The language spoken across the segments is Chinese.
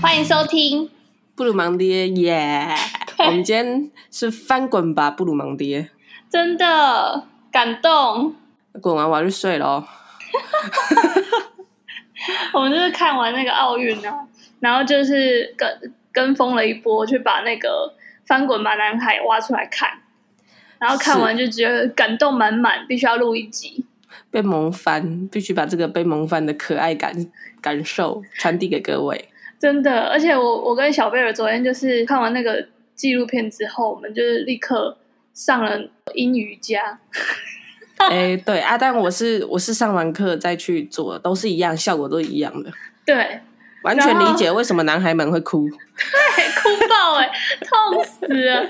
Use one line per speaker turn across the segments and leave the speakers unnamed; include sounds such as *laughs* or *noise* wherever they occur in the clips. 欢迎收听。
布鲁芒爹耶！我们今天是翻滚吧，布鲁芒爹！
真的感动。
滚完我要去睡喽。
我们就是看完那个奥运啊，然后就是跟跟风了一波，去把那个《翻滚吧，男孩》挖出来看，然后看完就觉得感动满满，必须要录一集。
被萌翻，必须把这个被萌翻的可爱感感受传递给各位。
真的，而且我我跟小贝尔昨天就是看完那个纪录片之后，我们就是立刻上了英瑜伽，
哎、对啊，但我是我是上完课再去做，都是一样，效果都一样的，
对， *laughs*
完全理解为什么男孩们会哭。
哭爆哎、痛死了！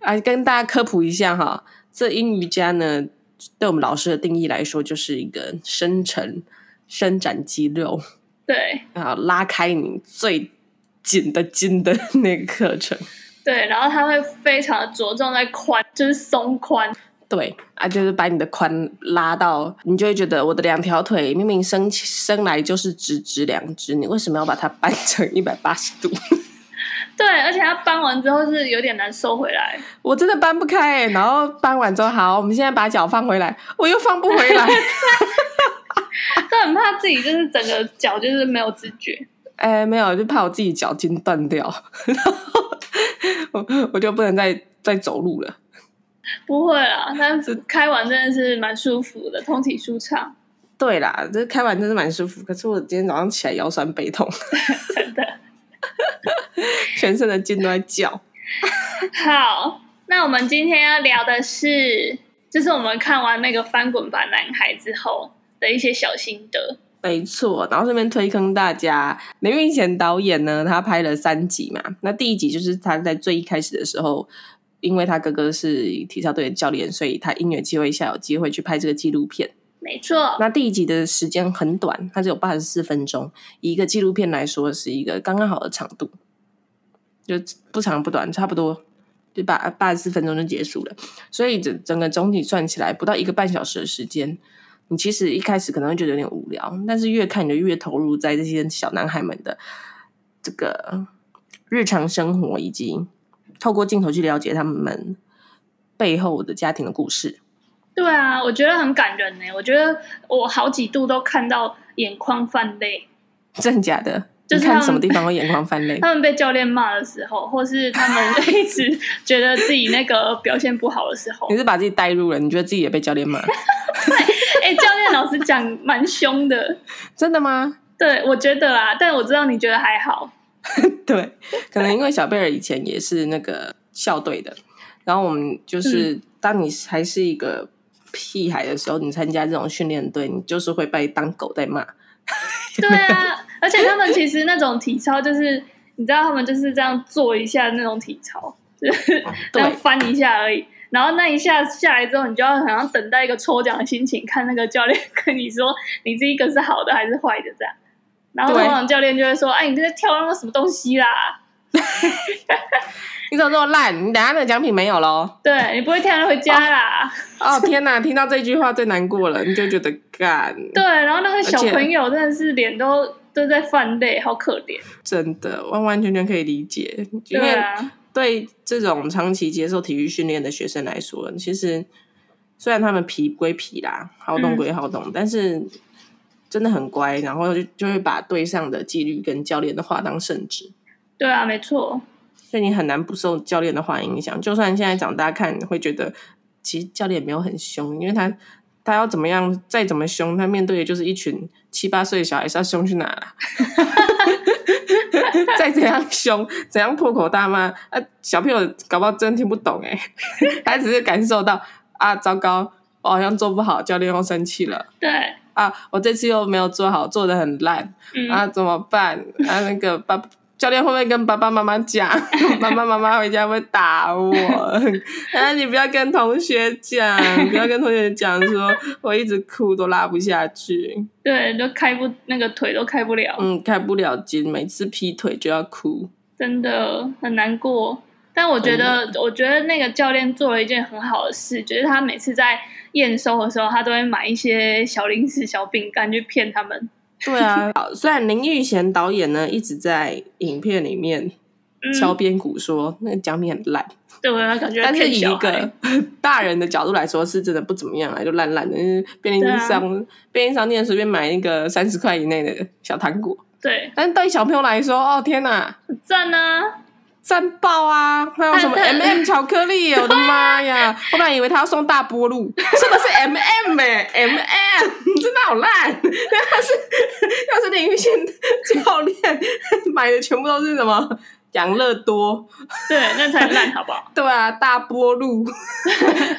啊，跟大家科普一下哈，这英瑜伽呢，对我们老师的定义来说，就是一个深层伸展肌肉。
对
啊，拉开你最紧的筋的那个课程。
对，然后他会非常的着重在宽，就是松宽，
*laughs* 对啊，就是把你的髋拉到，你就会觉得我的两条腿明明生生来就是直直两只，你为什么要把它掰成一百八十度？
对，而且他搬完之后是有点难收回来，
*laughs*
*laughs*
我真的搬不开、欸。然后搬完之后，好，我们现在把脚放回来，我又放不回 *laughs* 来。
都很怕自己就是整个脚就是没有知觉。
哎、没有，就怕我自己脚筋断掉， *laughs* 然后我我就不能再再走路了。
不会啦，但是开完真的是蛮舒服的，通体舒畅，
对啦，这开完真是蛮舒服，可是我今天早上起来腰酸背痛，
真的。
全身的筋都在叫。
好，那我们今天要聊的是，就是我们看完那个《翻滚吧，男孩》之后的一些小心得。
没错，然后这边推坑大家，林允贤导演呢，他拍了三集嘛。那第一集就是他在最一开始的时候，因为他哥哥是体操队的教练，所以他因缘机会下有机会去拍这个纪录片。
没错，
那第一集的时间很短，它只有八十四分钟，以一个纪录片来说是一个刚刚好的长度，就不长不短，差不多就八八十四分钟就结束了。所以整整个总体算起来不到一个半小时的时间，你其实一开始可能会觉得有点无聊，但是越看你就越投入在这些小男孩们的这个日常生活，以及透过镜头去了解他们背后的家庭的故事。
对啊，我觉得很感人呢、欸我觉得我好几度都看到眼眶泛泪，
真假的？
就
你
是他
看
们
什么地方会眼眶泛泪？
他们被教练骂的时候，或是他
*laughs*
们一直觉得自己那个表现不好的时候
*laughs* 你，是把自己带入了，你觉得自己也被教练骂？
哎、教练老师讲蛮凶的，
真
*laughs*
的吗？
对我觉得啊，但我知道你觉得还好，
对， *laughs* 可能因为小贝尔以前也是那个校队的，然后我们就是、
嗯
当你还是一个屁孩的时候，你参加这种训练队，你就是会被当狗在骂。
对
*laughs*
啊，而且他们其实那种体操就是，你知道他们就是这样做一下那种体操，就是这样
哦对
翻一下而已。然后那一下下来之后，你就要好像等待一个抽奖的心情，看那个教练跟你说你这一个是好的还是坏的这样。然后
对
通常教练就会说：“哎，你这是跳那个什么东西啦？
你怎么这么烂？你等下那个奖品没有喽？
对你不会跳就回家啦。
哦天哪！听到这句话最难过了，你就觉得干，
对，然后那个小
而且
朋友真的是脸都都在泛泪，好可怜。
真的完完全全可以理解，因
对
为
啊，
对这种长期接受体育训练的学生来说，其实虽然他们皮归皮啦，好动归好动，但是真的很乖，然后就就会把队上的纪律跟教练的话当圣旨，
对啊，没错。
所以你很难不受教练的话影响。就算现在长大看，会觉得其实教练也没有很凶，因为他他要怎么样，再怎么凶，他面对的就是一群七八岁的小孩，是要凶去哪啦？ *laughs* 再怎样凶，怎样破口大骂，啊，小朋友搞不好真听不懂哎、 *laughs* 他只是感受到啊，糟糕，我好像做不好，教练又生气了
对，
啊，我这次又没有做好，做的很烂，
嗯，
*laughs* 啊，怎么办？啊，那个爸教练会不会跟爸爸妈妈讲？ *laughs* 爸爸妈妈回家会打我。 *laughs* 啊，你不要跟同学讲，不要跟同学讲说，我一直哭都拉不下去，
对，都开不那个腿都开不了，
嗯，开不了筋，每次劈腿就要哭。
真的很难过。但我觉得，
嗯
我觉得那个教练做了一件很好的事，就是他每次在验收的时候，他都会买一些小零食、小饼干去骗他们。
对啊， *laughs* 好虽然林玉贤导演呢一直在影片里面
嗯，
敲边鼓说、那个奖品很烂，
对我感觉
但是
骗
以
小
一
孩
个 *laughs* 大人的角度来说，是真的不怎么样啊，就烂烂的。就是便利
对啊
商、便利商店随便买一个三十块以内的小糖果，
对
但是对小朋友来说，哦天哪，
赞啊，
赞爆啊！还有什么
但
M、
但
m 巧克力哦耶，我的妈呀！
啊
我本来以为他要送大波露，送的是 M、m 哎、m m *laughs* 真的好烂。 *laughs* 要是要是林玉贤教练买的全部都是什么养乐多，
对，那才
*laughs*
烂好不好？
对啊，大波 *laughs* 露，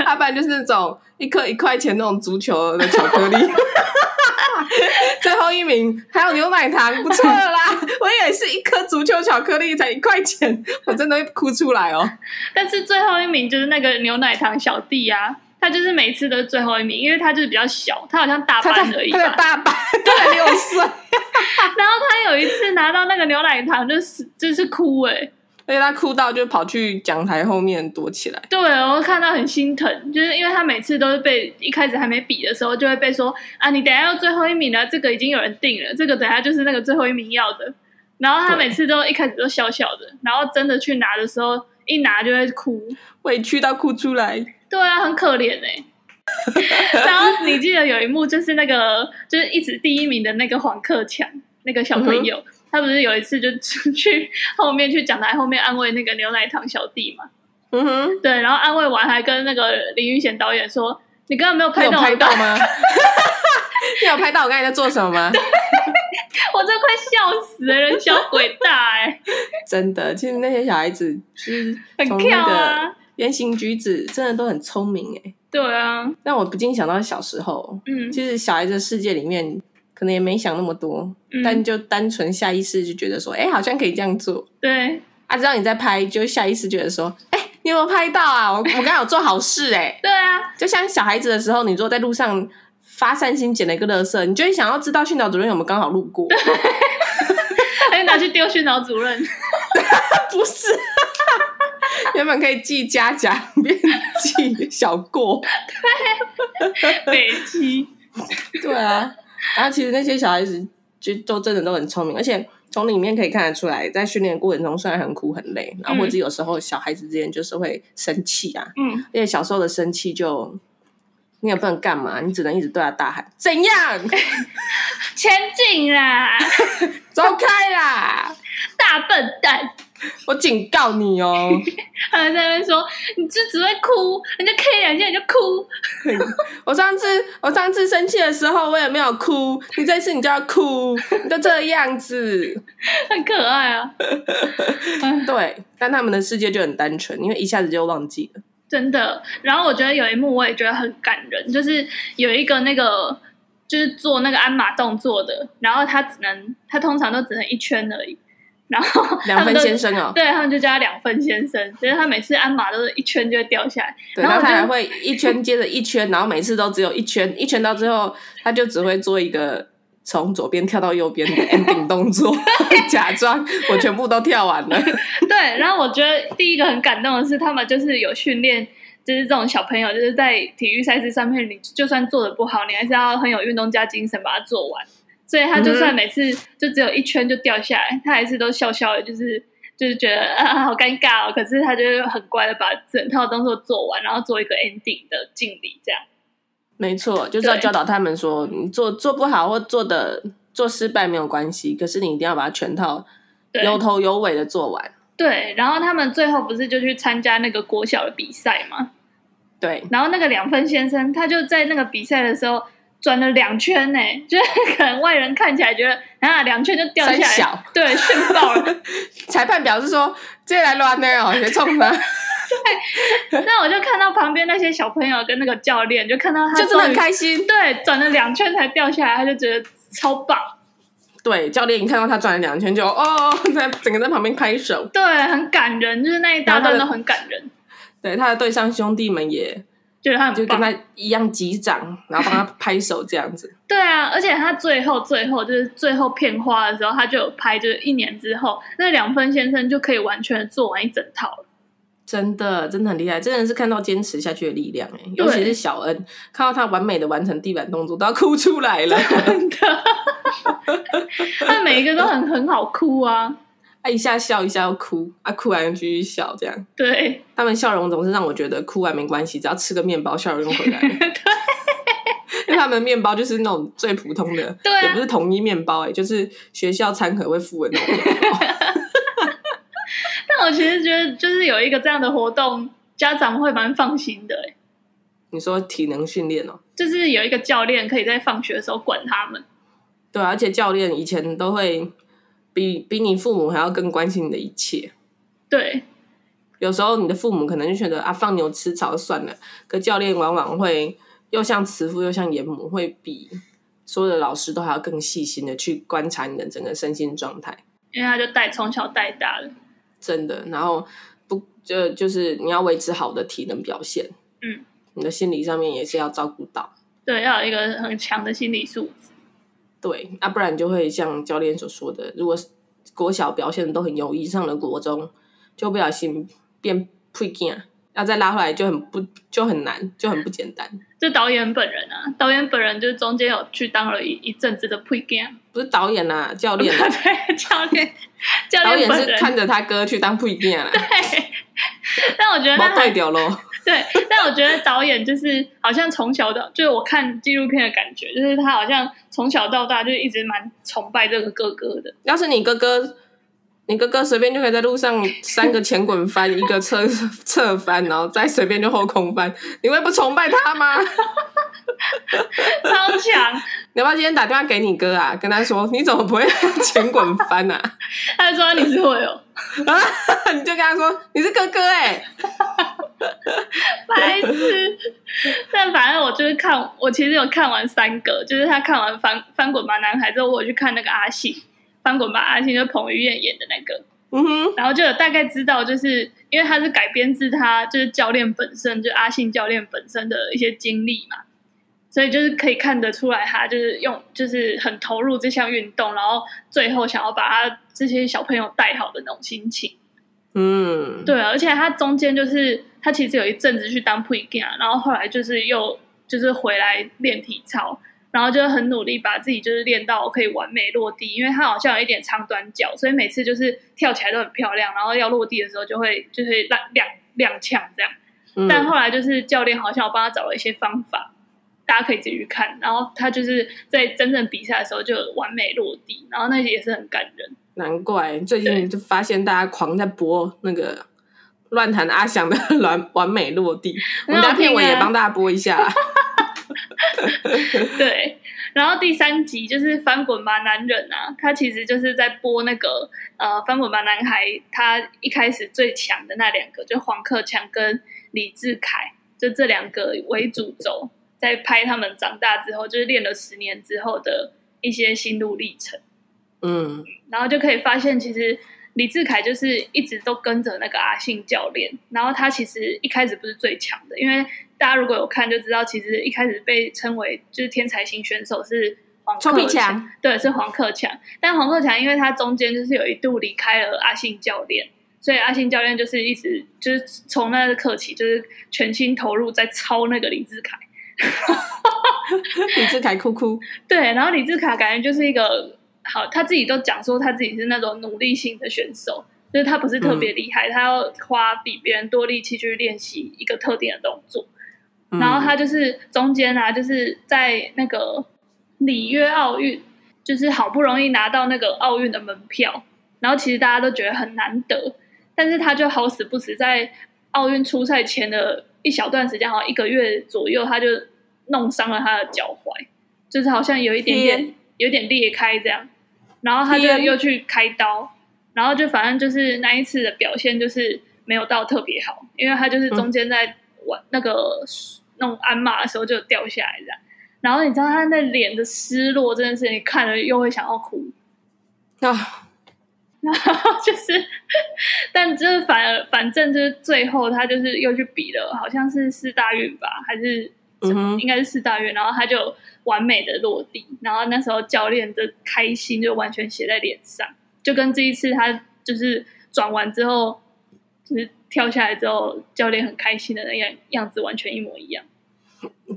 要不然就是那种一颗一块钱那种足球的巧克力。 *laughs* 最后一名还有牛奶糖，不
*laughs*
错了啦！我也是一颗足球巧克力才一块钱，我真的会哭出来哦。
但是最后一名就是那个牛奶糖小弟啊，他就是每次都是最后一名，因为他就是比较小，他好像大
他在
班而已
他在
吧。
大阪，他才六岁，
然后他有一次拿到那个牛奶糖，就是就是哭哎、
而且他哭到就跑去讲台后面躲起来。
对，我看到很心疼，就是因为他每次都是被一开始还没比的时候就会被说啊，你等一下要最后一名了，这个已经有人定了，这个等一下就是那个最后一名要的。然后他
对
每次都一开始都笑笑的，然后真的去拿的时候，一拿就会哭。
委屈到哭出来，
对啊，很可怜
*laughs*
哎、然后你记得有一幕，就是那个就是一直第一名的那个黄克强那个小朋
嗯
友，他不是有一次就出去后面去讲台后面安慰那个牛奶糖小弟嘛？
嗯哼，
对，然后安慰完还跟那个林玉贤导演说：“你刚刚没有
你
拍
有
到
拍
我
到
的， *laughs*
吗？你有拍到我刚才在做什么吗？
我真快笑死了，人小鬼大哎、
*laughs* 真的，其实那些小孩子就是
很
从
跳
那
啊
个，言行举止，真的都很聪明哎。
对啊，
让我不禁想到小时候，
嗯
其实小孩子的世界里面，可能也没想那么多，但
嗯，
就单纯下意识就觉得说，哎、好像可以这样做。
对
啊，知道你在拍，就下意识觉得说，哎、你有没有拍到啊？我我刚刚有做好事哎、
对啊，
*laughs* 就像小孩子的时候，你如果在路上发善心捡了一个垃圾，你就会想要知道训导主任有没有刚好路过， *laughs*
还拿去丢训导主任， *laughs*
不是？ *laughs* 原本可以记嘉奖，变记小过，
北七，
*laughs* 对啊。然后其实那些小孩子就都真的都很聪明，而且从里面可以看得出来，在训练过程中虽然很苦很累，然后或者有时候小孩子之间就是会生气啊，
嗯，
因为小时候的生气就你也不能干嘛，你只能一直对他大喊“怎样，
前进啦，
走开啦，
大笨蛋！”
我警告你哦。
他在那边说：“你就只会哭，人家 K 两下你就哭。
我上次我上次生气的时候，我也没有哭，你这次你就要哭，你就这样子。” *laughs*
很可爱啊，
对，但他们的世界就很单纯，因为一下子就忘记了。
真的。然后我觉得有一幕我也觉得很感人，就是有一个那个就是做那个鞍马动作的，然后他只能他通常都只能一圈而已，然后
两分先
生。
生哦，
对他们就叫他两分先生，就是他每次鞍马都是一圈就会掉下来，
对，
然
然
后
后
我
他
就
还会一圈接着一圈，然后每次都只有一圈，一圈到最后他就只会做一个从左边跳到右
*laughs*
边的 ending 动作，假装我全部都跳完了。
*laughs* 对，然后我觉得第一个很感动的是，他们就是有训练，就是这种小朋友，就是在体育赛事上面，你就算做的不好，你还是要很有运动家精神把它做完。所以他就
嗯
算
哼
每次就只有一圈就掉下来，他还是都笑笑的，就是就是觉得啊好尴尬哦。可是他就是很乖的把整套动作做完，然后做一个 ending 的敬礼，这样。
没错，就是要
对
教导他们说，你做做不好或做的做失败没有关系，可是你一定要把它全套
对
有头有尾的做完。
对，然后他们最后不是就去参加那个国小的比赛吗？
对，
然后那个两分先生，他就在那个比赛的时候转了两圈呢、就是 *laughs* 可能外人看起来觉得啊两圈就掉
三
下来，
小
对，炫爆了。
裁判表示说，这来乱的哦，别冲他，
那我就看到旁边那些小朋友跟那个教练，就看到他
就真的
终
很
于
开心。
对，转了两圈才掉下来，他就觉得超棒，
对，教练一看到他转了两圈就哦，在整个在旁边拍手。
对，很感人，就是那一大段都很感人，
对，他的队上兄弟们也
觉得他
就
很
跟
棒。
他一样击掌，然后帮他拍手这样子。
对啊，而且他最后最后就是最后片花的时候，他就有拍，就是一年之后，那两分先生就可以完全地做完一整套了。
*laughs* 真的，真的很厉害，真的是看到坚持下去的力量哎， *laughs* 尤其是小恩，看到他完美的完成地板动作都要哭出来了。
真的他每一个都很很好哭啊，
啊，一下笑一下要哭，啊，哭完又继续笑，这样。
对，
他们笑容总是让我觉得哭完没关系，只要吃个面包，笑容又回 *laughs* 来了。因为他们面包就是那种最普通的，
对啊
也不是统一面包、欸，就是学校餐盒会附的那种面包。
但我其实觉得就是有一个这样的活动，家长会蛮放心的、欸，
你说体能训练哦，
就是有一个教练可以在放学的时候管他们，
对啊、而且教练以前都会比比你父母还要更关心你的一切。
对，
有时候你的父母可能就觉得啊，放牛吃草算了，可教练往往会又像慈父又像严母，会比所有的老师都还要更细心的去观察你的整个身心状态。
因为他就带从小带大的，
真的。然后不就就是你要维持好的体能表现，
嗯，
你的心理上面也是要照顾到，
对，要有一个很强的心理素质，
对，啊那、不然就会像教练所说的，如果是国小表现得都很优异，上了国中就不小心变配件，要再拉回来就很不就很难，就很不简单。
就导演本人啊，导演本人就是中间有去当了一一阵子的配件，
不是导演啦，教练
*laughs*
啦，
对， *laughs* 教练，教
导
练
演
本
是
人，
看着他哥去当配
*laughs*
件啦，
但我觉得他
冇
还
对掉咯。
*laughs* 对，但我觉得导演就是好像从小到，就是我看纪录片的感觉，就是他好像从小到大就一直蛮崇拜这个哥哥的。
要是你哥哥，你哥哥随便就可以在路上三个前滚翻，一个侧侧翻，然后再随便就后空翻，你会不崇拜他吗？ *laughs*
超强，
你要不要今天打电话给你哥啊，跟他说你怎么不会 *laughs* 前滚翻啊？
他就说你是我哟，
*laughs* 你就跟他说你是哥哥哎、
白痴。但反正我就是看，我其实有看完三个，就是他看完翻《翻滚吧男孩》之后，我有去看那个阿信，《翻滚吧阿信》就是彭于晏演的那个，
嗯哼，
然后就有大概知道，就是因为他是改编自他就是教练本身，就阿信教练本身的一些经历嘛，所以就是可以看得出来，他就是用就是很投入这项运动，然后最后想要把他这些小朋友带好的那种心情。
嗯，
对啊，而且他中间就是他其实有一阵子去当 p u 然后后来就是又就是回来练体操。然后就很努力把自己就是练到可以完美落地，因为他好像有一点长短脚，所以每次就是跳起来都很漂亮，然后要落地的时候就会就是踉踉踉跄这样。
嗯
但后来就是教练好像有帮他找了一些方法，大家可以自己去看。然后他就是在真正比赛的时候就完美落地，然后那也是很感人。
难怪最近就发现大家狂在播那个乱弹阿翔的 *laughs* 完完美落地，我
很好听啊
们家片尾也帮大家播一下啦。
对，然后第三集就是《翻滚吧男人》啊，他其实就是在播那个呃《翻滚吧男孩》，他一开始最强的那两个，就黄克强跟李志凯，就这两个为主轴，在拍他们长大之后，就是练了十年之后的一些心路历程。
嗯，
然后就可以发现，其实李志凯就是一直都跟着那个阿信教练，然后他其实一开始不是最强的，因为大家如果有看就知道，其实一开始被称为就是天才型选手是黄
臭屁
克强，
强，
对，是黄克强。但黄克强因为他中间就是有一度离开了阿信教练，所以阿信教练就是一直就是从那刻起就是全心投入在操那个李志凯。
李志凯哭哭，
对，然后李志凯感觉就是一个好，他自己都讲说他自己是那种努力型的选手，就是他不是特别厉害，他要花比别人多力气去练习一个特定的动作。
嗯
然后他就是中间啊，就是在那个里约奥运，就是好不容易拿到那个奥运的门票，然后其实大家都觉得很难得，但是他就好死不死在奥运初赛前的一小段时间，好像一个月左右，他就弄伤了他的脚踝，就是好像有一点点
天
有点裂开这样，然后他就
天
又去开刀，然后就反正就是那一次的表现就是没有到特别好，因为他就是中间在玩、那个弄鞍马的时候就掉下来这样。然后你知道他那脸的失落这件事，你看了又会想要哭， *laughs*
啊，
然后就是，但就是反而反正就是最后他就是又去比了，好像是四大运吧，还是什么
嗯哼
应该是四大运，然后他就完美的落地，然后那时候教练的开心就完全写在脸上，就跟这一次他就是转完之后，就是跳下来之后，教练很开心的那样样子完全一模一样。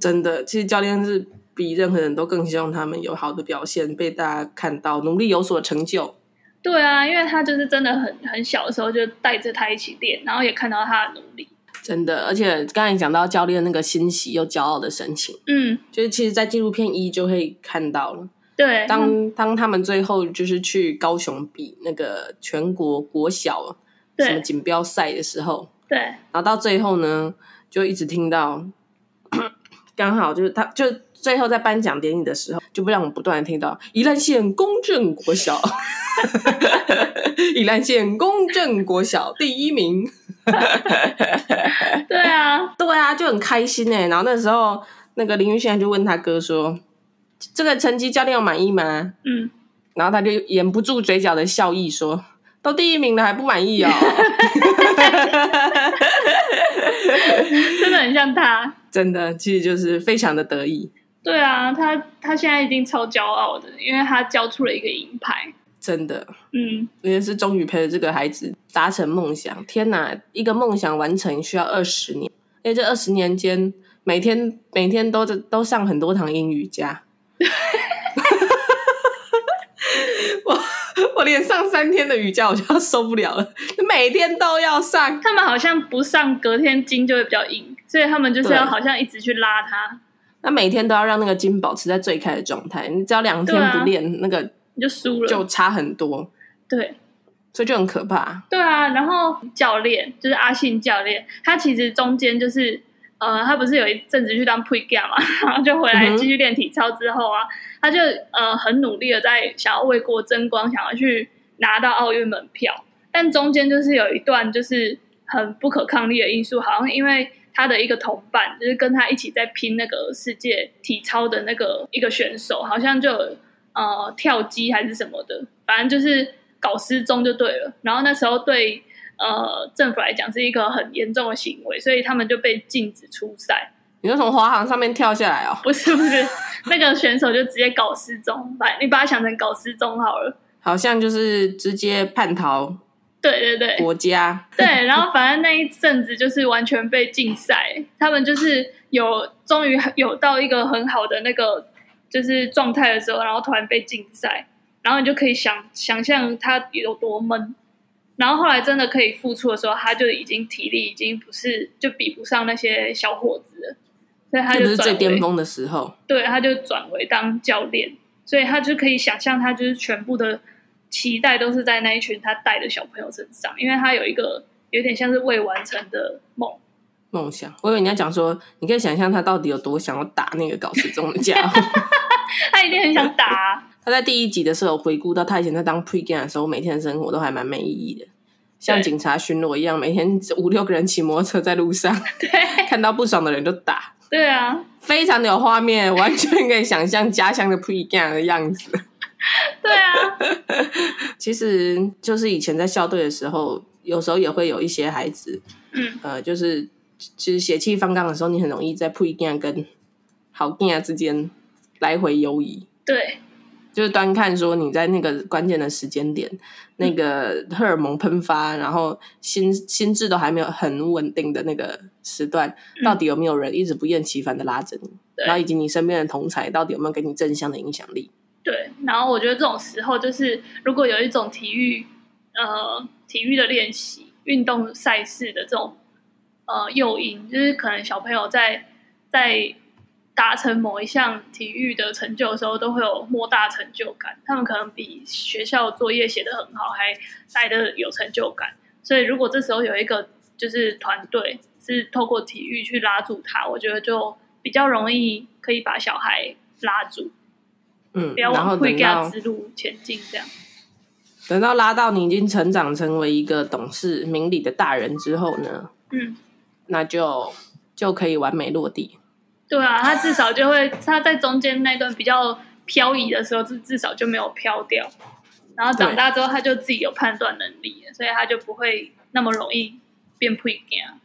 真的，其实教练是比任何人都更希望他们有好的表现，被大家看到，努力有所成就。
对啊，因为他就是真的很很小的时候就带着他一起练，然后也看到他的努力。
真的，而且刚才你讲到教练那个欣喜又骄傲的神情，
嗯，
就是其实，在纪录片一就会看到了。
对，
当当他们最后就是去高雄比那个全国国小什么
对
锦标赛的时候，
对
然后到最后呢，就一直听到， *clears throat* 刚好就是他就最后在颁奖典礼的时候，就不让我们不断的听到宜兰县公正国小， *laughs* 宜兰县公正国小第一名。
对啊，
对啊，就很开心哎、然后那时候那个林玉现在就问他哥说：“这个成绩教练有满意吗
嗯，？”
然后他就掩不住嘴角的笑意说：“都第一名了还不满意哦。”
真的很像他。
真的，其实就是非常的得意。
对啊，他他现在一定超骄傲的，因为他交出了一个银牌。
真的，
嗯，
也是终于陪着这个孩子达成梦想。天哪，一个梦想完成需要二十年，因为这二十年间，每天每天都都上很多堂英语家。 *laughs* 我我连上三天的瑜伽我就要受不了了，每天都要上。
他们好像不上，隔天筋就会比较硬，所以他们就是要
对
好像一直去拉他，
那每天都要让那个筋保持在最开的状态，你只要两天
对啊
不练，那个
你就输了。
就差很多，
对
所以就很可怕。
对啊，然后教练就是阿信教练，他其实中间就是。呃，他不是有一阵子去当 pre g a 嘛， *laughs* 然后就回
嗯
来
哼
继续练体操之后啊，他就呃很努力的在想要为国争光，想要去拿到奥运门票，但中间就是有一段就是很不可抗力的因素，好像因为他的一个同伴，就是跟他一起在拼那个世界体操的那个一个选手，好像就有呃跳机还是什么的，反正就是搞失踪就对了。然后那时候对呃政府来讲是一个很严重的行为，所以他们就被禁止出赛。
你就从滑行上面跳下来哦，
不是不是，那个选手就直接搞失踪，把你把他想成搞失踪好了。
好像就是直接叛逃
对对对，
国家。
对，然后反正那一阵子就是完全被禁赛，他们就是有终于有到一个很好的那个就是状态的时候，然后突然被禁赛，然后你就可以想想象他有多闷。然后后来真的可以付出的时候，他就已经体力已经不是就比不上那些小伙子了，所以他
这
就
不是
转
最
为
巅峰的时候，
对，他就转为当教练，所以他就可以想象，他就是全部的期待都是在那一群他带的小朋友身上，因为他有一个有点像是未完成的梦。
梦想。我以为你要讲说，你可以想象他到底有多想要打那个搞失踪的家伙。
他一定很想打啊、 *laughs*
他在第一集的时候有回顾到，他以前在当 pre game 的时候，每天的生活都还蛮没意义的，像
对
警察巡逻一样，每天五六个人骑摩托车在路上，看到不爽的人就打，
对啊，
非常的有画面，完全可以想象家乡的 pre game 的样子。
对啊，
其实就是以前在校队的时候，有时候也会有一些孩子，
嗯，
呃，就是其实血气方刚的时候，你很容易在不一定跟好定之间来回游移。
对
就是端看说你在那个关键的时间点，那个荷尔蒙喷发，然后心心智都还没有很稳定的那个时段，到底有没有人一直不厌其烦的拉着你，
嗯对
然后以及你身边的同才到底有没有给你正向的影响力？
对。然后我觉得这种时候，就是如果有一种体育，呃，体育的练习、运动赛事的这种呃诱因，就是可能小朋友在在达成某一项体育的成就的时候，都会有莫大成就感。他们可能比学校作业写得很好还来的有成就感。所以如果这时候有一个就是团队是透过体育去拉住他，我觉得就比较容易可以把小孩拉住，
嗯，
不要
然后
往会
等到
家之路前进这样。
等到拉到你已经成长成为一个懂事明理的大人之后呢，
嗯，
那就就可以完美落地。
对啊，他至少就会他在中间那段比较漂移的时候，至至少就没有飘掉。然后长大之后，他就自己有判断能力了，所以他就不会那么容易变啊不一样。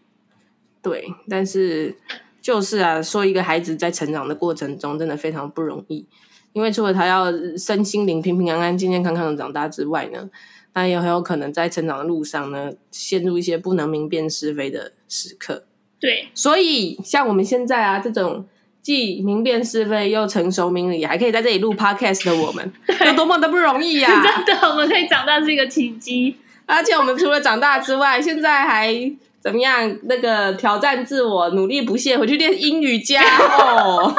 对，但是就是啊，说一个孩子在成长的过程中真的非常不容易，因为除了他要身心灵平平安安、健健康康的长大之外呢，那也很有可能在成长的路上呢，陷入一些不能明辨是非的时刻。
对
所以，像我们现在啊，这种既明辨是非又成熟明理，还可以在这里录 podcast 的我们，有多么的不容易
*laughs*
呀、
真的，我们可以长大是一个奇迹。
而且我们除了长大之外，现在还怎么样？那个挑战自我，努力不懈，回去练英语家 *laughs* 哦。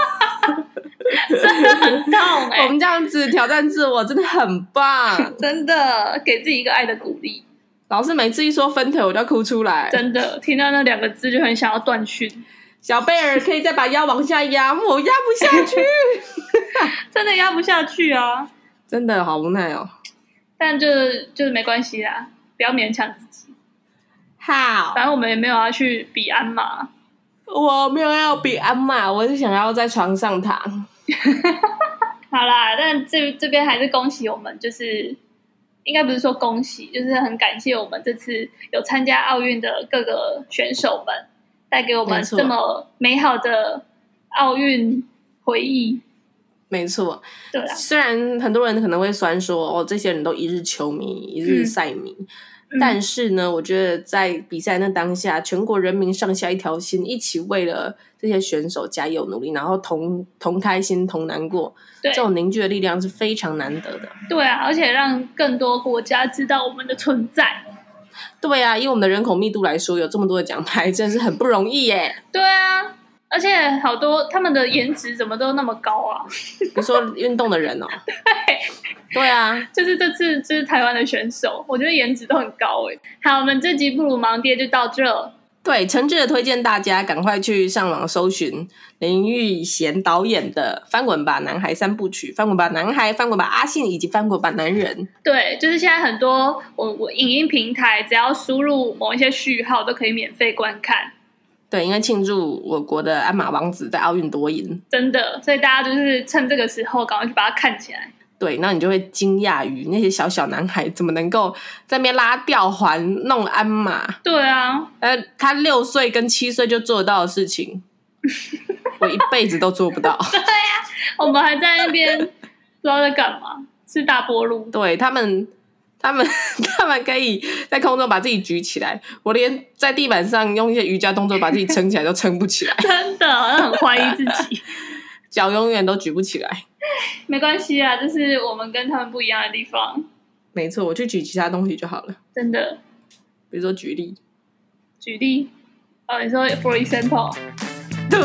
真的很
*laughs*
痛哎、
我们这样子挑战自我真的很棒。
真的给自己一个爱的鼓励，
老师每次一说分腿，我就要哭出来。
真的听到那两个字就很想要断讯，
小贝尔可以再把腰往下压，我压不下去，
真的压不下去啊。
*laughs* 真的好无奈哦。
但就就是没关系啦，不要勉强自己。
好，
反正我们也没有要去比鞍马，
我没有要比鞍马，我是想要在床上躺。
好啦，但这这边还是恭喜我们，就是应该不是说恭喜，就是很感谢我们这次有参加奥运的各个选手们，带给我们
没错
这么美好的奥运回忆。
没错，
对啊啦，
虽然很多人可能会酸说哦，这些人都一日球迷、一日赛迷，
嗯
但是呢，我觉得在比赛那当下，全国人民上下一条心，一起为了这些选手加油努力，然后同同开心、同难过，
对
这种凝聚的力量是非常难得的。
对啊，而且让更多国家知道我们的存在。
对呀、以我们的人口密度来说，有这么多的奖牌，真的是很不容易耶。
对啊，而且好多他们的颜值怎么都那么高啊？
你说运动的人
*laughs*
哦，对啊，
就是这次就是台湾的选手，我觉得颜值都很高哎、好，我们这集布鲁盲爹就到这。
对，诚挚的推荐大家赶快去上网搜寻林玉贤导演的《翻滚吧男孩》三部曲，《翻滚吧男孩》、《翻滚吧阿信》以及《翻滚吧男人》。
对，就是现在很多我我影音平台，只要输入某一些序号都可以免费观看，
对，因为庆祝我国的鞍马王子在奥运夺银，
真的，所以大家就是趁这个时候赶快去把它看起来。
对，那你就会惊讶于那些小小男孩怎么能够在那边拉吊环、弄鞍马。
对啊，
呃，他六岁跟七岁就做得到的事情，我一辈子都做不到。
我们还在那边 *laughs* 不知道在干嘛，吃大波路。
对他们，他们 *laughs* 他们可以在空中把自己举起来，我连在地板上用一些瑜伽动作把自己撑起来都撑不起来，
真的，好像很怀疑自己。
脚永远都举不起来。
没关系啊，这是我们跟他们不一样的地方。
没错，我去举其他东西就好了，
真的，
比如说举例。
举例，哦，你说 for example，OK，、
对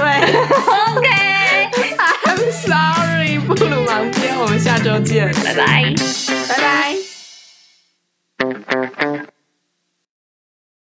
*laughs* ，I'm sorry，布鲁芒爹，我们下周见，
拜拜。
拜拜。